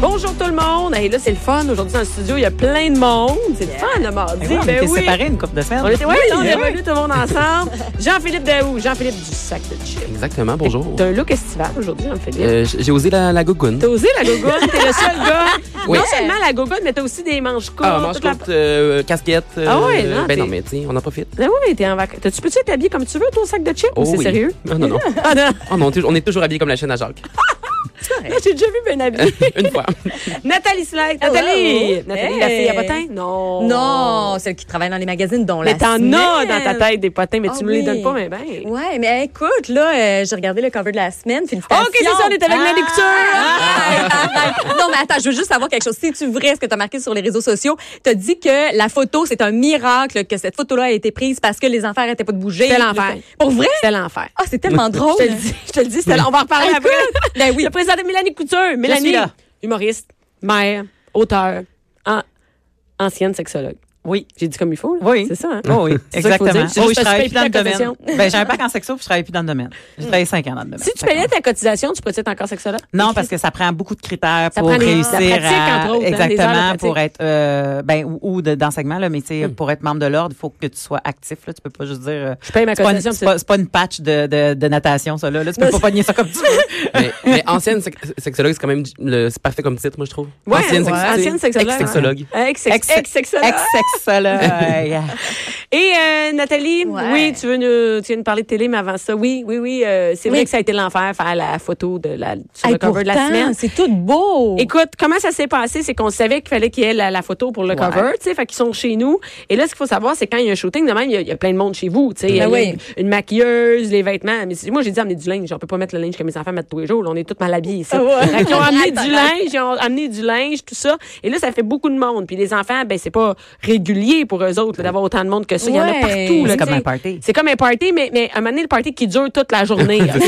Bonjour tout le monde. Et là, c'est le fun. Aujourd'hui, dans le studio, il y a plein de monde. C'est le fun le mardi. Ben oui, on Ben était oui. séparés une couple de semaines. On était, ouais, Oui, là, on est oui. revenus tout le monde ensemble. Jean-Philippe Daou, Jean-Philippe du sac de chips. Exactement, bonjour. T'as un look estival aujourd'hui, Jean-Philippe. Euh, j- J'ai osé la, la gougoune. T'as osé la gogoune, t'es le seul gars. Oui. Non seulement la gogoune, mais t'as aussi des manches courtes. Ah, manche toute la- courte, euh, casquette. euh, Ah ouais, non, ben non, t'es- mais tu sais, on en profite. Ah oui, t'es en vacances. T'as- Tu peux-tu être habillé comme tu veux, ton sac de chips, ou c'est oui. sérieux? Ah, non, non. Ah non, Ah non, tu- on est toujours habillés comme la chaîne à Jacques. j'ai déjà vu Ben habillé. Une fois. Nathalie Slide. Hello. Nathalie! Nathalie, la Hey. fille à potins? Non. Non, celle qui travaille dans les magazines dont la Mais t'en semaine. as dans ta tête des potins, mais Ah tu me les oui. donnes pas, mais ben. Ouais, mais écoute, là, euh, j'ai regardé le cover de la semaine. Félicitations. Ah! Ok, c'est ça, on est avec Mélanie Couture. non, mais attends, je veux juste savoir quelque chose. C'est-tu vrai ce que tu as marqué sur les réseaux sociaux? Tu as dit que la photo, c'est un miracle que cette photo-là a été prise parce que les enfers n'étaient pas de bouger. C'était l'enfer. Pour vrai? C'était l'enfer. Ah, c'est tellement drôle. Je te le dis, je te le dis, c'était là. On va en reparler Ah, après. écoute. Ben oui. Je te présente Mélanie Couture. Mélanie, suis là. humoriste, mère, auteur, an- ancienne sexologue. Oui. J'ai dit comme il faut. là. Oui. C'est ça, hein? Oh oui, C'est ça qu'il faut exactement. dire. C'est Oh oui, juste je parce que travaille tu plus dans le payes ta domaine. cotation. Ben, j'ai un bac en sexo, puis je travaille plus dans le domaine. J'ai travaillé cinq ans dans le domaine. Si tu Fait qu'on- payais ta cotisation, tu pourrais être encore sexologue? Non, parce que ça prend beaucoup de critères Ça pour prend des- réussir la pratique, à- entre autres, hein, des heures de exactement pratique. Hmm. pour être euh, ben ou, ou de- d'enseignement là, mais tu sais, pour être membre de l'ordre, il faut que tu sois actif là, tu peux pas juste dire euh, Je paye ma c'est pas, une- cotisation, c'est pas- c'est pas une patch de, de, de natation ça là, là tu peux pas pogner ça comme tu veux. mais, mais ancienne sex- sexologue, c'est quand même du- le- c'est parfait comme titre, moi, je trouve. Ouais, ancienne, sex- ouais. tu sais, Ancienne sexologue. Ex-sexologue. Ouais. Ex-sex- Ex-sexologue. Ex-sexologue. Yeah. Et euh, Nathalie, Ouais. oui, tu veux, nous, tu veux nous parler de télé, mais avant ça, oui, oui, oui, euh, c'est Oui. vrai que ça a été l'enfer faire la photo de la, sur Hey, le cover de la pourtant, semaine. C'est tout Oh. beau. Écoute, comment ça s'est passé, c'est qu'on savait qu'il fallait qu'il y ait la, la photo pour le cover, tu sais, fait qu'ils sont chez nous. Et là, ce qu'il faut savoir, c'est quand il y a un shooting, de même, il y a, il y a plein de monde chez vous, tu sais. Il y a Ben une, une maquilleuse, les vêtements. Mais c'est- moi, j'ai dit, amenez du linge. On peut pas mettre le linge que mes enfants mettent tous les jours. là. on est toutes mal habillés Ah ici. Fait qu'ils ont amené du linge, ils ont amené du linge, tout ça. Et là, ça fait beaucoup de monde. Puis les enfants, ben, c'est pas régulier pour eux autres là, d'avoir autant de monde que ça. Il y en a Ouais. partout. là, C'est comme tu sais. un party. C'est comme un party, mais, mais à un moment donné, le party qui dure toute la journée. ok?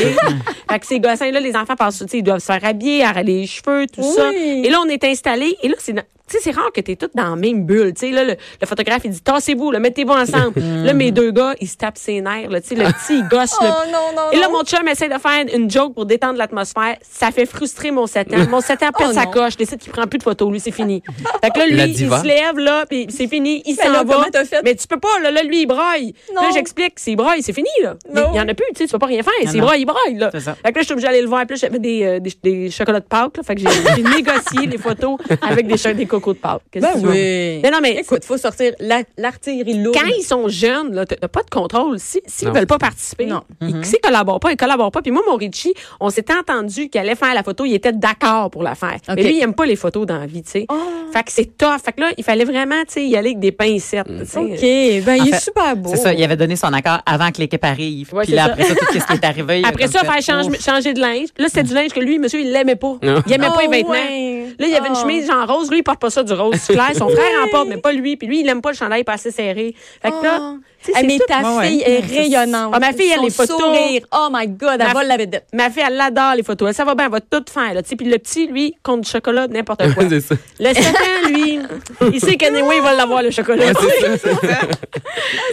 fait que ces gossins-là, les enfants passent, tu sais, ils doivent se faire habiller, arraler les cheveux, tout ça. Oui. Et là, on est installés. Et là, c'est dans- tu sais, c'est rare que t'es toutes dans la même bulle. Tu sais, là, le, le photographe, il dit, tassez-vous, là, mettez-vous ensemble. là, mes deux gars, ils se tapent ses nerfs, là. Tu sais, le petit, il gosse, le- Oh, non, non, Et là, non. mon chum essaie de faire une joke pour détendre l'atmosphère. Ça fait frustrer mon 7 ans. Mon 7 ans perd Oh, sa non. coche, décide qu'il prend plus de photos. Lui, c'est fini. Fait que là, La lui, il diva. se lève, là, puis c'est fini. Il Mais Ben là, s'en va. comment t'as fait? Mais tu peux pas, là, là lui, il braille. Non. Là, j'explique, s'il braille, c'est fini, là. Il Non. y en a plus, tu sais, tu peux pas rien faire. S'il non. braille, il braille, là. C'est ça. Fait que là, je suis obligée d'aller le voir. Puis là, j'avais des, euh, des, des chocolats de Pâques, là. Fait que j'ai j'ai négocié les photos avec des, cho- des cocos de Pâques. Qu'est-ce que Ben tu veux? oui. Mais non, mais- Écoute, faut sortir la- l'artillerie lourde. Quand ils sont jeunes, là, t'as t'as pas de contrôle. Si- S'ils Non. veulent pas participer, Non. ils Mm-hmm. s'ils collaborent pas, ils collaborent pas. Puis moi, mon Richie, on s'était entendu qu'il allait faire la photo, il était d'accord pour la faire. Mais OK. Oh. lui, il aime pas les photos dans la vie, tu sais. Fait que c'est tough. Fait que là, il fallait vraiment, tu sais, y aller avec des pincettes. tu sais. OK, ben En il est fait, super beau. C'est ça, il avait donné son accord avant que l'équipe arrive. Ouais, puis c'est là, ça. après ça, tout ce qui est arrivé. il a Après comme ça, fait, faire change- Ouf. changer de linge. Là, c'était du linge que lui, monsieur, il l'aimait pas. Il aimait pas Ah les vêtements. ouais. Là, il y avait une Ah. chemise genre rose. Lui, il porte pas ça du rose c'est clair. Son frère en porte, mais pas lui. Puis lui, il aime pas le chandail pas assez serré. Fait que là, Ah. tu sais, Ah, c'est mais tout. ta Ouais, fille ouais. est rayonnante. Ah, ma fille, elle Son est photo. sourire. Oh my God, Ma- elle vole la vedette. Ma fille, elle adore les photos. Elle, ça va bien, elle va tout faire. Là, tu sais. puis le petit, lui, compte du chocolat, n'importe quoi. C'est ça. le Satan, lui, il sait qu'anyway, il va l'avoir, le chocolat. Ouais, c'est ça.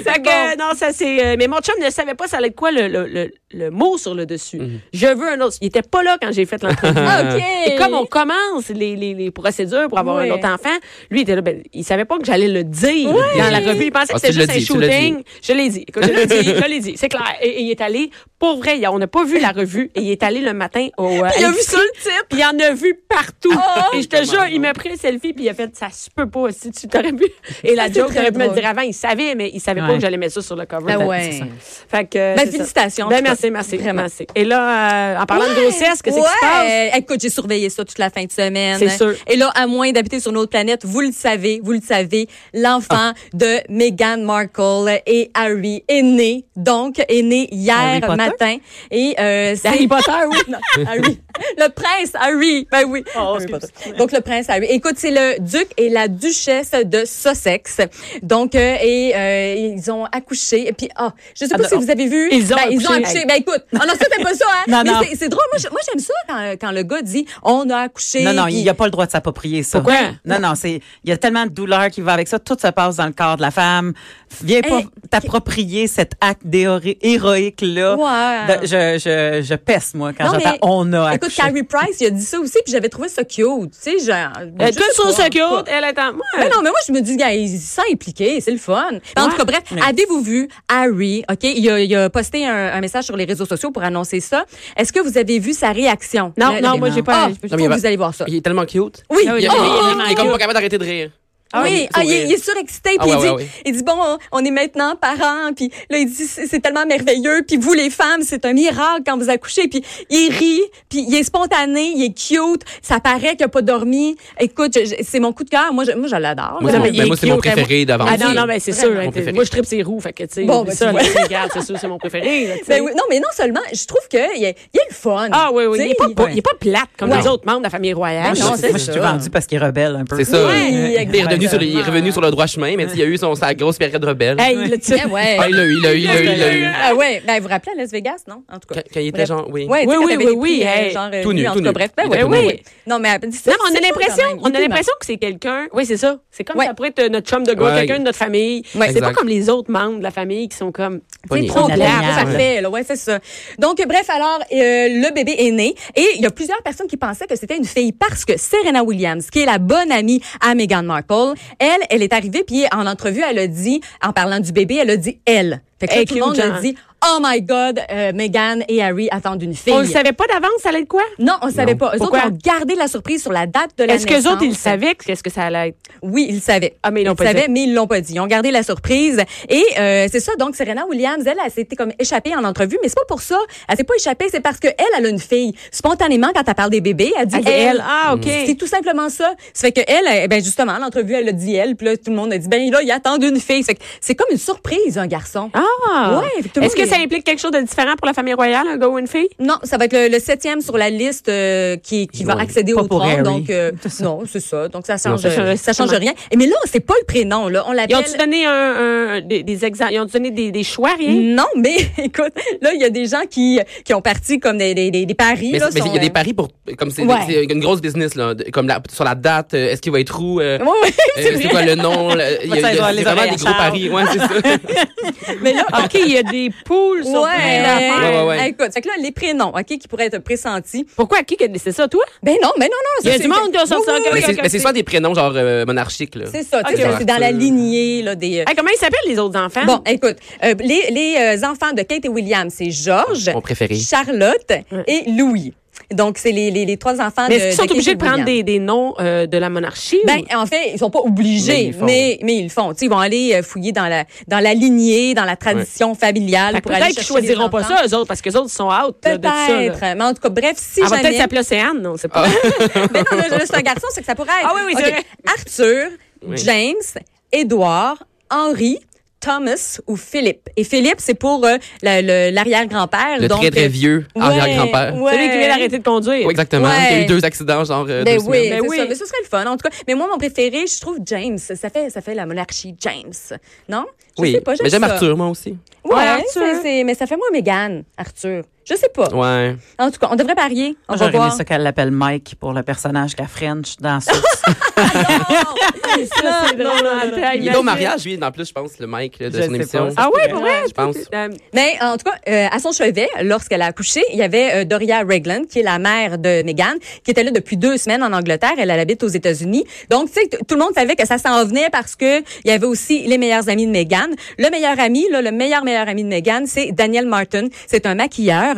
Fait que, euh, non, ça c'est. euh, mais mon chum ne savait pas ça allait être quoi le, le, le, le mot sur le dessus. Mm-hmm. Je veux un autre. Il était pas là quand j'ai fait l'entrevue. Ah, Ah, OK. Et comme on commence les, les, les procédures pour avoir Ouais. un autre enfant, lui, il était là, ben, il savait pas que j'allais le dire dans la revue. Il pensait Ah, que c'était tu l'as juste un dit, tu l'as shooting. Je l'ai dit. Écoute, je l'ai dit, je l'ai dit. C'est clair. Et, et il est allé, pour vrai, il a- on n'a pas vu la revue, et il est allé le matin au. euh, Il a vu Alexis. ça, Oh! le type. Puis il en a vu partout. et je te jure, il m'a pris un selfie, puis il a fait ça se peut pas si tu t'aurais vu. Et la c'est joke, très t'aurais pu me le drôle. dire avant, il savait, mais il savait pas Ouais. que j'allais mettre ça sur le cover. Ben Fait- ouais. c'est ça. Fait que. euh, Ben, c'est ça. félicitations, en Ben, tout cas. merci, merci. Vraiment. Merci. Et là, euh, en parlant de grossesse, qu'est-ce qui se passe? Ouais. Écoute, j'ai surveillé ça toute la fin de semaine. C'est sûr. Et là, à moins d'habiter sur une autre planète, vous le savez, vous le savez, Ah. l'enfant de Meghan Markle et Harry est né, donc, est né hier Harry Potter? matin. Et euh, c'est- Harry Potter, oui. Oh, Non, Harry. Le prince Harry. Ben oui. Harry Potter. Donc, le prince Harry. Écoute, c'est le duc et la duchesse de Sussex. Donc, euh, et euh, ils ont accouché. Et puis, ah, je sais pas si vous avez vu. oh. Ils ont ben, Ils ont accouché. accouché. Ben écoute, on a c'était pas ça, hein? Non, Mais non. c'est- C'est drôle. Moi, je- moi, j'aime ça quand, quand le gars dit on a accouché. Non, non, puis- il n'y a pas le droit de s'approprier ça. Pourquoi? Non, non, c'est, il y a tellement de douleur qui va avec ça. Tout se passe dans le corps de la femme. Viens Eh, pas Hey, t'approprier cet acte d'héori- héroïque-là. Ouais. De- je, je, je pèse, moi, quand Non, j'entends mais- on a Écoute, accouché. Carrie Price, il a dit ça aussi, puis j'avais trouvé ça cute. Tu sais, genre. Euh, je Tout sais sur ce pas. cute, elle est en. Ouais. Mais Ben, non, mais moi, je me dis, gars, il s'est impliqué, c'est le fun. Mais En Ouais. tout cas, bref, avez-vous vu Harry, OK, il a, il a posté un, un message sur les réseaux sociaux pour annoncer ça. Est-ce que vous avez vu sa réaction? Non, Le- non, le- moi, j'ai pas- Ah, j'ai pas- faut Non, mais il que va- vous allez voir ça. Il est tellement cute. Oui, Ah oui, Il, est- Oh, il est- vraiment il est comme cute. pas capable d'arrêter de rire. ah oui, il faut ah, il, est- rire. il est surexcité, Ah puis ouais, il, dit, ouais, ouais. il dit, bon, on est maintenant parents, puis là, il dit, c'est c'est tellement merveilleux, puis vous, les femmes, c'est un miracle quand vous accouchez, puis il rit, puis il est spontané, il est cute, ça paraît qu'il a pas dormi. Écoute, je- je- c'est mon coup de cœur, moi, je, moi, je l'adore. Moi, là. c'est mais mon, il ben, est moi, c'est mon cute, hein, préféré d'avant. Ah non, non, mais c'est sûr. Mon hein, t'es- préféré. Moi, je tripe ses roues, fait que, tu sais, Bon, oublie ben, ça, tu là, vois. c'est- regarde, c'est sûr, c'est mon préféré. là, tu sais. Ben oui, non, mais non seulement, je trouve qu'il y a, il y a le fun. Ah oui, oui. Il Tu sais, n'est pas, pas- il est pas plate comme Ouais. les autres membres de la famille royale. Ben non, Moi, c'est je ça. suis vendu parce qu'il est rebelle un peu. C'est ça. Oui, Il est exactement. revenu sur le- il est revenu sur le droit chemin, mais tu sais, il a eu son, sa grosse période rebelle. Hey, là, tu- Eh ouais. Ah, il l'a eu, il l'a eu, il l'a eu, il l'a eu. Ah ouais, ben vous vous rappelez à Las Vegas, non? En tout cas. Quand quand il était Bref. genre, oui. Ouais, tu Oui, sais, quand oui, t'avais oui, des oui, prix, euh, hey. genre, euh, Tout nu, en tout cas, nu. bref, ben Il ouais, était ouais, tout nu. ouais. Non, mais ben, c'est- c'est Non, mais on ça, a quand même. l'impression, on a Il est l'impression que c'est quelqu'un. Oui, c'est ça. C'est comme Ouais. ça pourrait être notre chum de gars, Ouais. quelqu'un de notre famille. Ouais. C'est pas Exact. comme les autres membres de la famille qui sont comme. C'est Pogné. trop Inatteignable. clair, pas parfait. Là. Ouais, c'est ça. Donc, bref, alors, euh, le bébé est né et il y a plusieurs personnes qui pensaient que c'était une fille parce que Serena Williams, qui est la bonne amie à Meghan Markle, elle, elle est arrivée puis en entrevue, elle a dit, en parlant du bébé, elle a dit elle. Fait que là, Hey, tout le monde cute, a hein. dit, oh my God, euh, Meghan et Harry attendent une fille. On le savait pas d'avance, ça allait être quoi? Non, on savait pas. Eux Pourquoi? autres ont gardé la surprise sur la date de la Est-ce que naissance. les autres, ils le savaient? Qu'est-ce que ça allait être? Oui, ils le savaient. Ah, mais ils l'ont pas savaient, dit. mais ils l'ont pas dit. Ils ont gardé la surprise. Et euh, c'est ça, donc Serena Williams, elle, elle s'était comme échappée en entrevue, mais c'est pas pour ça. Elle s'est pas échappée, c'est parce que elle, elle a une fille. Spontanément, quand elle parle des bébés, elle dit Elle dit elle. Ah, OK. C'est tout simplement ça. Ça fait que elle, elle, ben justement, à l'entrevue, elle a dit elle, puis là, tout le monde a dit, ben là, ils attendent une fille. Ça fait que c'est comme une surprise, un garçon. Ah! Ouais, fait que tout le Est-ce monde que ça est- implique quelque chose de différent pour la famille royale, un gars ou une fille? Non, ça va être le, le septième sur la liste euh, qui, qui va Ouais, accéder pas au pour trône. Harry. Donc, euh, non, c'est ça. Donc, ça change, ça change- euh, ça change rien. Et mais là, c'est pas le prénom. Là. On Ils l'appelle... ont-tu donné un, un- des, des exemples? Ils ont donné des, des choix, rien? Non, mais écoute, là, il y a des gens qui, qui ont parti comme des, des, des, des paris. Mais là, c'est- mais il sont, y a des euh, paris pour. Comme c'est Ouais. c'est une grosse business, là. de- Comme la- sur la date, euh, est-ce qu'il va être roux? euh, Ouais, ouais, euh, c'est quoi le nom? le- il y a- il y Ça, il doit a- les C'est vraiment oreilles des à gros Charles. paris. Ouais, c'est ça. mais là, OK, il y a des poules sur ouais, plein d'affaires. Ouais, ouais, ouais. Hey, Écoute, fait que là, les prénoms, OK, qui pourraient être pressentis. Pourquoi? Qui? que- C'est ça, toi? Ben non, mais non, non. Il y a ça, du c'est- monde qui a sorti Oui, oui, encore- oui, Mais c'est- mais c'est soit des prénoms genre euh, monarchiques, là. C'est ça, tu Ok, sais, ça, ouais. c'est dans la lignée là, des... euh, Hey, comment ils s'appellent, les autres enfants? Hein? Bon, écoute, euh, les, les euh, enfants de Kate et William, c'est Georges, Mon préféré. Charlotte et Louis. Donc, c'est les, les, les trois enfants Mais de est-ce qu'ils euh, de sont Kate obligés et de prendre des, William. des noms euh, de la monarchie? Ben, ou- en fait, ils sont pas Mais obligés, ils font. mais, mais ils le font. Tu sais, ils vont aller euh, fouiller dans la, dans la lignée, dans la tradition familiale. Fait que pour aller Ben, peut-être qu'ils chercher choisiront les pas enfants. ça, eux autres, parce que eux autres sont out là, de tout ça. là. Peut-être. Mais en tout cas, bref, si Elle va peut-être jamais. s'appeler Océane, non, c'est pas. mais non, là, là, c'est un garçon, c'est que ça pourrait être. Ah oui, oui, c'est Ok. vrai. Arthur, Oui. James, Édouard, Henri. Thomas ou Philippe. Et Philippe, c'est pour euh, la- le- l'arrière-grand-père. Le donc, très, euh, très vieux ouais, arrière-grand-père. ouais. Celui qui vient d'arrêter de conduire. Oui, exactement. Ouais. Il y a eu deux accidents, genre. euh, Ben deux oui, semaines. c'est Ben oui. ça. Mais ce serait le fun, en tout cas. Mais moi, mon préféré, je trouve James. Ça fait, ça fait la monarchie James. Non? Je Oui. sais pas, mais j'aime ça. Arthur, moi aussi. Ouais, Ouais, Arthur. c'est- c'est- mais ça fait moins Mégane, Arthur. Je sais pas. Ouais. En tout cas, on devrait parier. On va J'aurais aimé voir. ça qu'elle l'appelle Mike pour le personnage qu'elle French dans Suits. Ça, c'est drôle, hein, là, là. Il est au mariage, lui, en plus, je pense, le Mike là, de Je son sais émission. pas. Ah ouais, pour vrai? Je pense. Euh, Mais en tout cas, euh, à son chevet, lorsqu'elle a accouché, il y avait euh, Doria Reglan, qui est la mère de Meghan, qui était là depuis deux semaines en Angleterre. Elle, elle habite aux États-Unis. Donc, tu sais, t- tout le monde savait que ça s'en venait parce que il y avait aussi les meilleurs amis de Meghan. Le meilleur ami, là, le meilleur meilleur ami de Meghan, c'est Daniel Martin. C'est un maquilleur.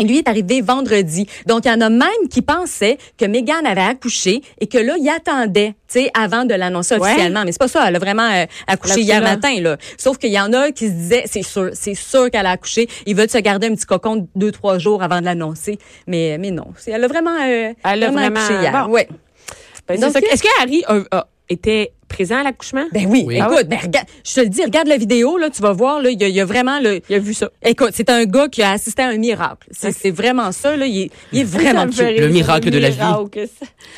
Et lui est arrivé vendredi. Donc, il y en a même qui pensaient que Meghan avait accouché et que là, il attendait, tu sais, avant de l'annoncer Ouais. officiellement. Mais c'est pas ça. Elle a vraiment euh, accouché Elle a hier accouché là. matin matin, là. Sauf qu'il y en a qui se disaient, c'est sûr, c'est sûr qu'elle a accouché. Ils veulent se garder un petit cocon deux, trois jours avant de l'annoncer. Mais, mais non. C'est- Elle a vraiment, euh, Elle a vraiment- accouché hier. bon. Ouais. ben, c'est Donc, ça. Est-ce que Harry a- a- était présent à l'accouchement? Ben oui, Oui. Ah écoute, ben regarde, je te le dis, regarde la vidéo, là, tu vas voir, là, il y, a- il y a vraiment le. Il a vu ça. Écoute, c'est un gars qui a assisté à un miracle. C'est c'est vraiment ça, là. Il est, il est vraiment cute. Le miracle de la vie.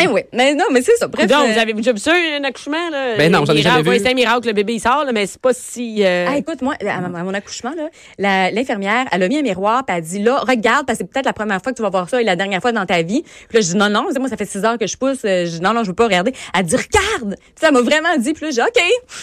Eh oui, mais non, mais c'est ça. Bref, Donc, euh, vous avez déjà vu ça, un accouchement? Là? Ben non, j'en ai Miracle, jamais vu. ouais, C'est un miracle, le bébé, il sort, là, mais c'est pas si... euh, Ah, écoute, moi, à, à mon accouchement, là, la- l'infirmière, elle a mis un miroir, puis elle dit, là, regarde, parce que c'est peut-être la première fois que tu vas voir ça et la dernière fois dans ta vie. Puis là, je dis, non, non, moi, ça fait six heures que je pousse. Euh, Je dis, non, non, je veux pas regarder. Elle dit, regarde! Puis ça m'a vraiment dit, puis là, j'ai, OK.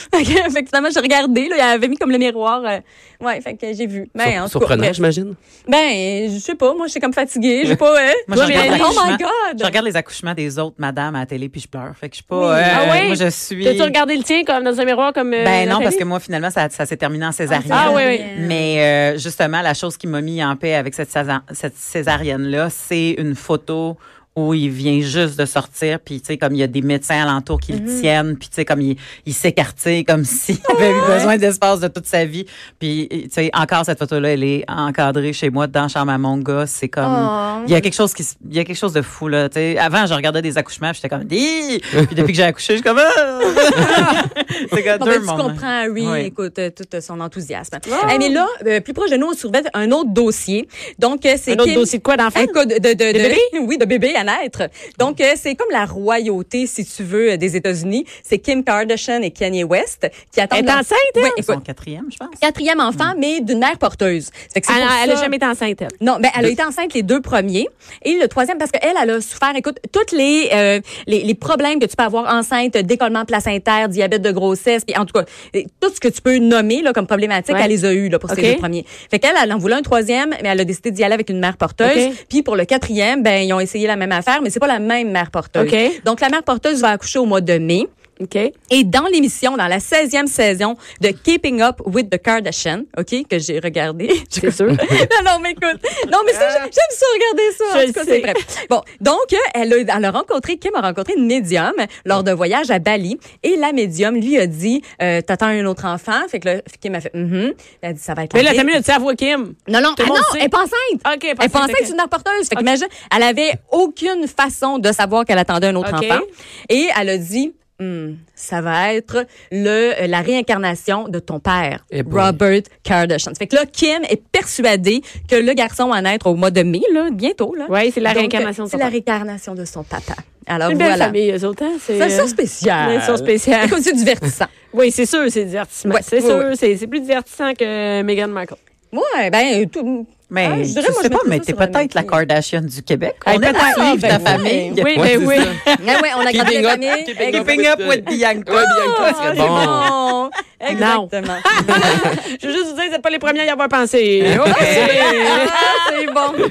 OK. fait que finalement, j'ai regardé, là, elle avait mis comme le miroir. euh, Ah ouais, fait que j'ai vu. Mais en tout cas, Surprenant, bref. j'imagine. Ben, je sais pas, moi, je suis comme fatiguée, je sais pas, hein. Moi, je Toi, regarde, mais- les oh my accouchements- God! je regarde les accouchements des autres madames à la télé puis je pleure. Fait que je suis pas. Oui. euh, Ah ouais? Moi, je suis. T'as-tu regardé le tien comme dans un miroir comme. euh, Ben non, Nathalie? parce que moi, finalement, ça, ça s'est terminé en césarienne. Ah oui, oui. Mais euh, justement, la chose qui m'a mis en paix avec cette, césa- cette césarienne-là, c'est une photo où il vient juste de sortir, puis tu sais, comme il y a des médecins alentour qui Mm-hmm. le tiennent, puis tu sais, comme il, il s'écartait, comme s'il avait eu besoin d'espace de toute sa vie. Puis, tu sais, encore cette photo-là, elle est encadrée chez moi, dans la chambre à mon gars. C'est comme... Oh. Il y a quelque chose qui se- il y a quelque chose de fou, là. tu sais. Avant, je regardais des accouchements, puis j'étais comme... Hi! Puis depuis que j'ai accouché, je suis comme... Ah! c'est comme Bon, deux ben, tu moments. comprends, Harry, Oui. écoute, euh, tout euh, son enthousiasme. Eh, mais là, euh, plus proche de nous, on surveille un autre dossier. Donc, euh, c'est Un autre Kim- dossier de quoi d'enfant? Écoute, de, de, de, bébé? Oui, de bébé à naître. Donc, euh, c'est comme la royauté, si tu veux, euh, des États-Unis. C'est Kim Kardashian et Kanye West qui attendent... Elle est leur- enceinte, hein? Hmm. Ouais, Son écoute, quatrième, je pense. quatrième enfant, mais d'une mère porteuse. Fait que c'est Elle, pour elle a ça- jamais été enceinte, elle. non, ben elle a été enceinte les deux premiers et le troisième parce qu'elle, elle a souffert, écoute, toutes les, euh, les les problèmes que tu peux avoir enceinte, décollement placentaire, diabète de grossesse, puis en tout cas et tout ce que tu peux nommer là comme problématique, Ouais. elle les a eu là pour Ok. ces deux premiers. Fait qu'elle, elle en voulait un troisième, mais elle a décidé d'y aller avec une mère porteuse. Ok. Puis pour le quatrième, ben ils ont essayé la même affaire, mais c'est pas la même mère porteuse. Ok. Donc la mère porteuse va accoucher au mois de mai. OK. Et dans l'émission, dans la 16e saison de Keeping Up with the Kardashians, OK, que j'ai regardé. C'est sûr. Ah. non, non, mais écoute. Non, mais c'est- j'aime ça regarder ça. Je en le tout cas, sais. c'est vrai. Bon, donc, euh, elle a, elle a rencontré, Kim a rencontré une médium lors d'un voyage à Bali. Et la médium lui a dit, euh, t'attends un autre enfant. Fait que là, Kim a fait, Mhm. Elle a dit, ça va être la Mais là, t'as vie. mis le cerveau à Kim. Non, non, Tout le ah monde non, sait. elle est pas enceinte. OK, elle est pas Elle est pas enceinte, enceinte, ok. c'est une mère porteuse. Fait qu'imagine, elle avait aucune façon de savoir qu'elle attendait un autre Ok. enfant. Et elle a dit, Hmm, ça va être le, euh, la réincarnation de ton père, Eh boy. Robert Kardashian. Fait que là, Kim est persuadée que le garçon va naître au mois de mai, là, bientôt. Là. Oui, c'est la Donc, réincarnation de C'est son la père. réincarnation de son papa. Alors C'est une belle voilà. famille, eux autres. hein? C'est Ça, euh, c'est spécial. ils sont spéciales. C'est comme c'est divertissant. Oui, c'est sûr, c'est divertissement. Ouais, c'est ouais, sûr, ouais. c'est c'est plus divertissant que euh, Meghan Markle. ouais, ben, tout. Mais Ah, je, dirais, moi, sais pas, mettrais mais ça t'es sur le même peut-être la pied. Kardashian du Québec. Eh, on est à peut-être. suivre Ah, ta ben famille. Oui, Ouais, ben c'est oui. ça. Ah ouais, on a gardé Keeping la up- famille. Keeping up with Bianca. Ouais, Bianca, c'est Bon. bon. Exactement. Je veux juste vous dire, vous n'êtes pas les premiers à y avoir pensé. euh, Ah, c'est bon.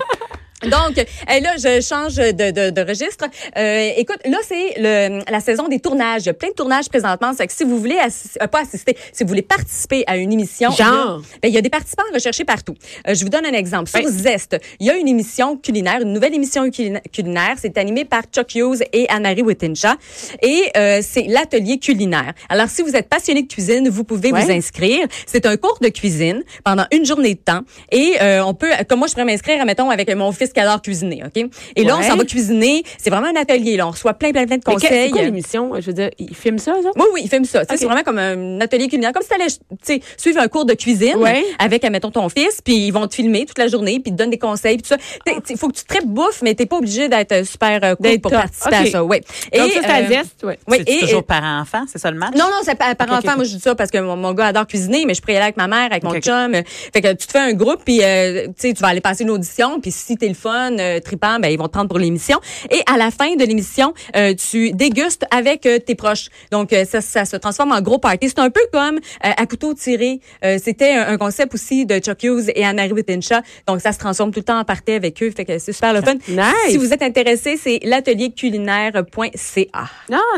Donc, eh, là, je change de, de, de registre. Euh, écoute, là, c'est le- la saison des tournages. Il y a plein de tournages présentement. C'est que si vous voulez assis- euh, pas assister, si vous voulez participer à une émission, Genre? là, ben, il y a des participants recherchés partout. Euh, je vous donne un exemple. Sur Zest, il y a une émission culinaire, une nouvelle émission culina- culinaire. C'est animé par Chuck Hughes et Anne-Marie Wittencha. Et euh, c'est l'atelier culinaire. Alors, si vous êtes passionné de cuisine, vous pouvez vous Ouais. inscrire. C'est un cours de cuisine pendant une journée de temps. Et euh, on peut, comme moi, je pourrais m'inscrire, mettons, avec mon fils qui adore cuisiner, OK? Et là, on Ouais. s'en va cuisiner. C'est vraiment un atelier. Là. On reçoit plein, plein, plein de Mais qu'est- C'est conseils. quoi l'émission? Je veux dire, ils filment ça, eux autres? Oui, oui, il filme ça. Tu sais, Ok. C'est vraiment comme un atelier culinaire, comme si t'allais, tu sais, suivre un cours de cuisine Ouais. avec, admettons, ton fils, puis ils vont te filmer toute la journée, puis ils te donnent des conseils, puis tout ça. Il faut que tu tripes bouffe, mais t'es pas obligé d'être euh, super euh, cool Ah. D'être pour top. participer Ok. à ça. Ouais. Donc, ça, c'est à euh, Zest, oui. ouais, C'est et- toujours et- parent-enfant, c'est ça le match? non, non, c'est par, par Ok, ok, enfant. Moi, je dis ça parce que mon, mon gars adore cuisiner, mais je pourrais y aller avec ma mère, avec mon Ok, ok. chum. Euh, Fait que tu te fais un groupe, puis euh, tu sais, tu vas aller passer une audition, puis si t'es le fun, euh, tripant, ben ils vont te prendre pour l'émission. Et à la fin de l'émission, euh, tu dégustes avec euh, tes proches. Donc euh, ça, ça se transforme en gros party. C'est un peu comme euh, à couteau tiré. Euh, C'était un, un concept aussi de Chuck Hughes et Anne-Marie Wittencha. Donc ça se transforme tout le temps en party avec eux. Fait que c'est super le fun. Nice. Si vous êtes intéressé, c'est l'atelierculinaire.ca. Ah,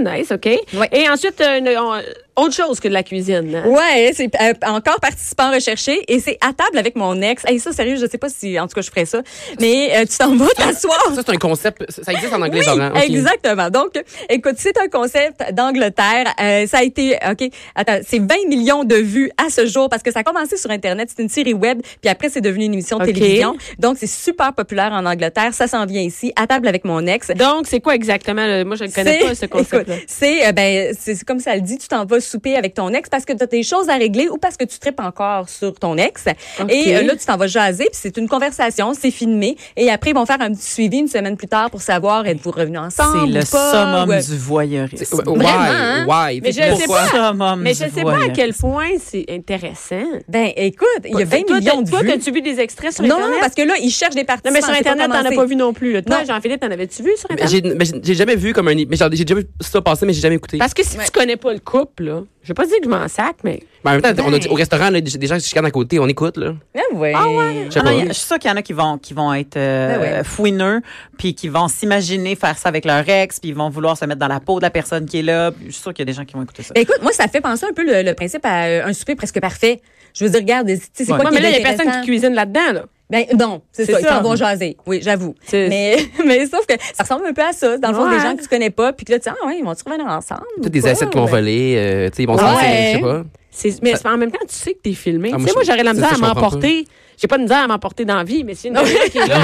nice, OK. Et ensuite, euh, on, autre chose que de la cuisine. hein? Ouais, c'est euh, encore participant recherché et c'est à table avec mon ex. Hey, ça, sérieux, je sais pas si, en tout cas, je ferais ça. Mais euh, tu t'en vas t'asseoir. Ça, c'est un concept. Ça existe en anglais, Oui, genre. hein? Ok. Exactement. Donc, écoute, c'est un concept d'Angleterre. Euh, ça a été, OK, attends, c'est 20 millions de vues à ce jour parce que ça a commencé sur Internet. C'est une série web, puis après, c'est devenu une émission de OK. télévision. Donc, c'est super populaire en Angleterre. Ça s'en vient ici, à table avec mon ex. Donc, c'est quoi exactement? le- Moi, je ne connais C'est- pas ce concept-là. écoute, C'est euh, ben c'est c'est comme ça le dit, tu t'en vas souper avec ton ex parce que tu as des choses à régler ou parce que tu tripes encore sur ton ex OK. et euh, là tu t'en vas jaser puis c'est une conversation, c'est filmé et après ils vont faire un petit suivi une semaine plus tard pour savoir êtes-vous revenus ensemble C'est ou le pas, summum ou, euh, du voyeurisme. C'est- Why? hein? Why? Mais Tu sais je sais pourquoi? pas. Summum Mais du je ne sais pas à voyeurisme. quel point c'est intéressant. Ben écoute, il y a 20 Toi, millions t'as- de Toi, vues. t'as-tu vu des extraits sur non, Internet? parce que là ils cherchent des participants. Non, mais sur c'est pas Internet, t'en as commencé. pas vu non plus. là. Toi, Non. Jean-Philippe, t'en avais-tu vu sur Mais Internet? J'ai mais j'ai- j'ai jamais vu comme un. Mais genre, j'ai déjà vu ça passer, mais j'ai jamais écouté. Parce que si tu connais pas le couple, là, je vais pas dire que je m'en sac, mais Mais en même temps, on a dit- au restaurant, on a des gens qui se chicanent à côté, on écoute, là. Ah ouais. Je sais Ah non, pas. il y a- je suis sûre qu'il y en a qui vont, qui vont être euh, Ben ouais. fouineux, puis qui vont s'imaginer faire ça avec leur ex, puis ils vont vouloir se mettre dans la peau de la personne qui est là. Puis Je suis sûre qu'il y a des gens qui vont écouter ça. Ben écoute, moi ça fait penser un peu le, le principe à euh, un souper presque parfait. Je veux dire, regarde, tu sais, c'est Ouais. quoi Ouais, qui mais là, il y est a personne intéressant? qui cuisine là-dedans, là. Ben non, c'est C'est ça, ils ça. s'en vont jaser. Oui, j'avoue. C'est- Mais, mais sauf que ça ressemble un peu à ça. Dans le fond, Ouais. des gens que tu connais pas, puis que là, tu dis, ah ouais, ils vont se revenir ensemble. Ben, T'as des Ouais, assiettes qui vont ouais. voler, euh, tu sais, ils vont se Ouais. lancer, je sais pas. C'est- Mais c'est- en même temps, tu sais que t'es filmé. Ah, tu moi, sais, je- moi, j'aurais de la c'est misère ça, à je comprends m'emporter. J'ai pas de misère à m'emporter dans la vie, mais c'est une personne qui est là.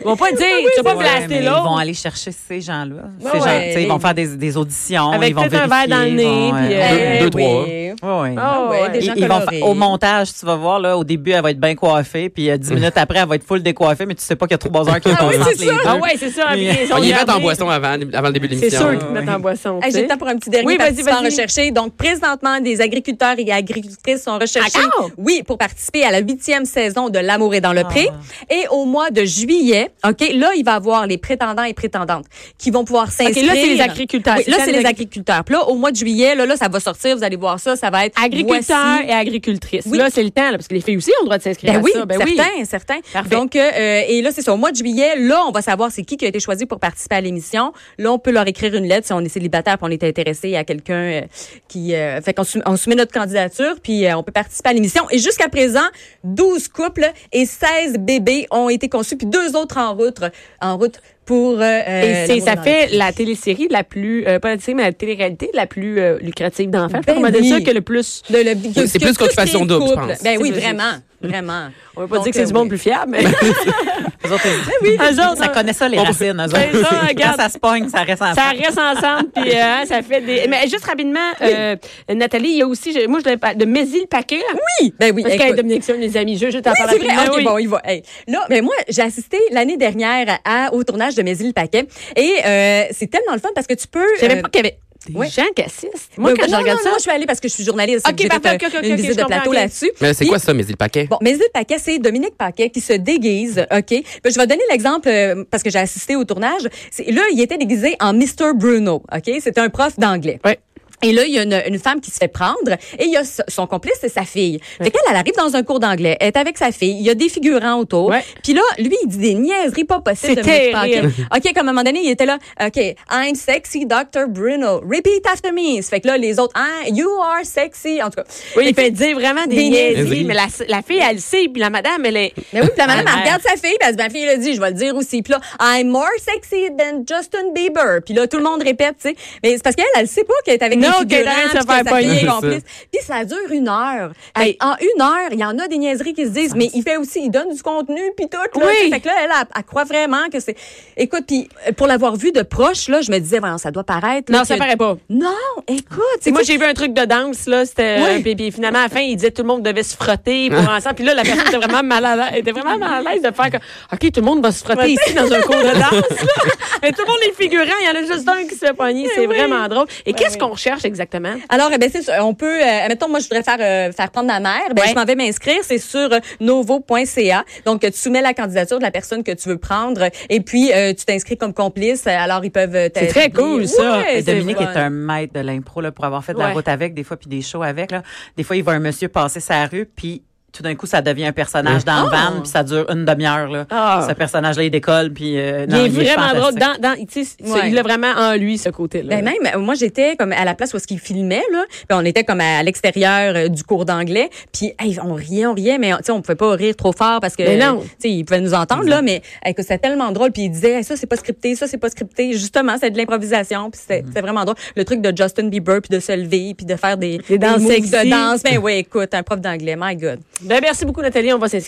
Ils vont pas dire, tu vas pas Ouais, mais blaster ils vont l'autre. aller chercher ces gens-là. Ben Ces gens- ouais. tu sais, ils vont faire des, des auditions. Avec ils vont peut-être un vérifier, verre dans le ils nez, vont, puis, euh, euh, deux, trois. ben oui. ouais, ouais. Ah Ouais, ouais. des gens Ils- ils vont colorés. fa- au montage, tu vas voir, là, au début, elle va être bien coiffée, puis euh, 10 minutes après, elle va être full décoiffée, mais tu sais pas qu'il y a trois heures qui Ah oui, passent c'est entre les ça. deux. Ah ouais, c'est ça. Mais- avec les On autres y va en gardés. boisson avant, avant le début de C'est l'émission. sûr qu'ils ouais. mettent en boisson. Hey, tu J'ai sais. le temps pour un petit dernier Oui, vas-y, participant vas-y. recherché. Donc, présentement, des agriculteurs et agricultrices sont recherchés. Encore? Oui, pour participer à la huitième saison de L'amour est dans Ah. le pré. Et au mois de juillet, OK, là, il va y avoir les prétendants et prétendantes qui vont pouvoir OK, s'inscrire. là, c'est les agriculteurs. Oui, là, c'est les agriculteurs. agriculteurs. Puis là, au mois de juillet, là, là, ça va sortir. Vous allez voir ça. Ça va être Agriculteurs voici- et agricultrices. Oui. Là, c'est le temps, là, parce que les filles aussi ont le droit de s'inscrire Ben à oui, ça. Ben certains, certains. Parfait. Donc, euh, euh, et là, c'est ça. Au mois de juillet, là, on va savoir c'est qui qui a été choisi pour participer à l'émission. Là, on peut leur écrire une lettre si on est célibataire puis on est intéressé à quelqu'un euh, qui... euh, fait qu'on sou- on soumet notre candidature puis euh, on peut participer à l'émission. Et jusqu'à présent, 12 couples et 16 bébés ont été conçus puis deux autres en route, en route pour... euh, Et c'est- l'amour ça dans fait le- la télésérie la plus, euh, pas la télésérie, mais la télé-réalité la plus euh, lucrative d'enfants. Ben on va dire oui. ça que le plus. de le- que- c'est plus que tout ce qui est qu'occupation double, je couple. pense. Ben oui, C'est- vraiment, vraiment. On va pas Donc, dire que c'est euh, du monde oui. plus fiable, mais. Eux autres, ils- Eux autres, ça euh, connaît ça, les racines. eux Ben, autres. ça, Quand regarde. ça se pogne, ça reste en Ça reste ensemble, puis euh, hein, ça fait des. Mais juste rapidement, euh, Nathalie, il y a aussi, je- moi, je l'ai pas- de Mézi le paquet. Oui, ben oui. Parce qu'elle écoute. Dominique Sion, les amis, je, je t'en Oui, parle c'est vrai. rapidement, OK, oui. bon, il va. Hey. Là, mais moi, j'ai assisté l'année dernière à, au tournage de Mes îles Paquet. Et euh, c'est tellement le fun parce que tu peux. Je savais euh, pas qu'il y avait des ouais. gens qui assistent. Moi, oui, quand oui, je non, regarde non, ça. Moi, je suis allée parce que je suis journaliste. OK, J'ai fait, parfait, OK, euh, OK, une OK, visite je de plateau comprends, OK. là-dessus. Mais c'est Puis- quoi ça, mais le paquet? Bon, mes îles paquet, c'est Dominique Paquet qui se déguise, OK? Puis je vais donner l'exemple euh, parce que j'ai assisté au tournage. C'est- Là, il était déguisé en Mr. Bruno, OK? C'est un prof d'anglais. Ouais. Et là, il y a une, une femme qui se fait prendre et il y a so- son complice, c'est sa fille. Fait qu'elle, elle arrive dans un cours d'anglais, elle est avec sa fille, il y a des figurants autour. Ouais. Puis là, lui, il dit des niaiseries pas possibles. C'est Dominique Paquet. terrible. OK, comme à un moment donné, il était là, OK, I'm sexy Dr. Bruno, repeat after me. Ça Fait que là, les autres, ah, you are sexy. En tout cas. Oui, il Fait fait que- dire vraiment des, Des niaiseries, niaiseries. mais la, la fille, elle le sait, puis la madame, elle est. Mais oui, puis la madame, Ah, elle regarde sa fille, puis elle dit, ma fille, elle a dit, je vais le dire aussi. Puis là, I'm more sexy than Justin Bieber. Puis là, tout le monde répète, tu sais. Mais c'est parce qu'elle, elle sait pas qu'elle est avec Non, des qu'elle est en train figurants, de se puis que faire sa fille est pogner. complice. Puis ça dure une heure. Fait Hey. que En une heure, il y en a des niaiseries qui se disent, mais il fait aussi, il donne du contenu, puis tout. Là, Oui. tu sais. Fait que là, elle, elle, elle croit vraiment que c'est... Écoute, puis euh, pour l'avoir vu de proche, là, je me disais, voyons, ça doit paraître. là, Non, ça que- paraît pas. Non, écoute. c'est Moi, que- j'ai vu un truc de danse, là. C'était. euh, Ouais. Puis, puis finalement, à la fin, il disait que tout le monde devait se frotter pour ensemble. Puis là, la personne était vraiment mal à l'aise. elle était vraiment mal à l'aise de faire comme OK, tout le monde va se frotter ici dans un cours de danse, là. Mais tout le monde est figurant. Il y en a juste un qui se fait pogner. C'est vraiment drôle. Et qu'est-ce qu'on recherche exactement? Alors, eh ben, c'est, sur- on peut, euh, mettons, moi, je voudrais faire, euh, faire prendre ma mère. Ben, Ouais. je m'en vais m'inscrire. C'est sur euh, novo.ca. Donc, euh, tu soumets la candidature de la personne que tu veux prendre euh, et puis euh, tu t'inscris comme complice. Euh, Alors, ils peuvent. euh, t'a- C'est très t'aider. cool, ça. Ouais, Et c'est Dominique fun. est un maître de l'impro là, pour avoir fait de Ouais. la route avec, des fois, puis des shows avec. Là. Des fois, il voit un monsieur passer sa rue, puis tout d'un coup, ça devient un personnage dans le van, puis ça dure une demi-heure. là. Ah. Ce personnage-là, il décolle, puis euh, Il non, est vraiment drôle. fantastique. Dans, dans, tu sais, ce- Ouais. Il a vraiment en lui, ce côté-là. Ben même, euh, moi j'étais comme à la place où est-ce qu'ils filmaient là, puis on était comme à, à l'extérieur euh, du cours d'anglais, puis hey, on riait, on riait, mais tu sais on pouvait pas rire trop fort parce que Mais Ben non. tu sais ils pouvaient nous entendre là, mais hey, que c'était tellement drôle, puis ils disaient Hey, ça c'est pas scripté, ça c'est pas scripté, justement c'est de l'improvisation, puis c'était c'était vraiment drôle. Le truc de Justin Bieber puis de se lever puis de faire des, Des danses moves sexy. de danse, ben ouais écoute un prof d'anglais, my God. Ben, merci beaucoup, Nathalie. On va s'inscrire.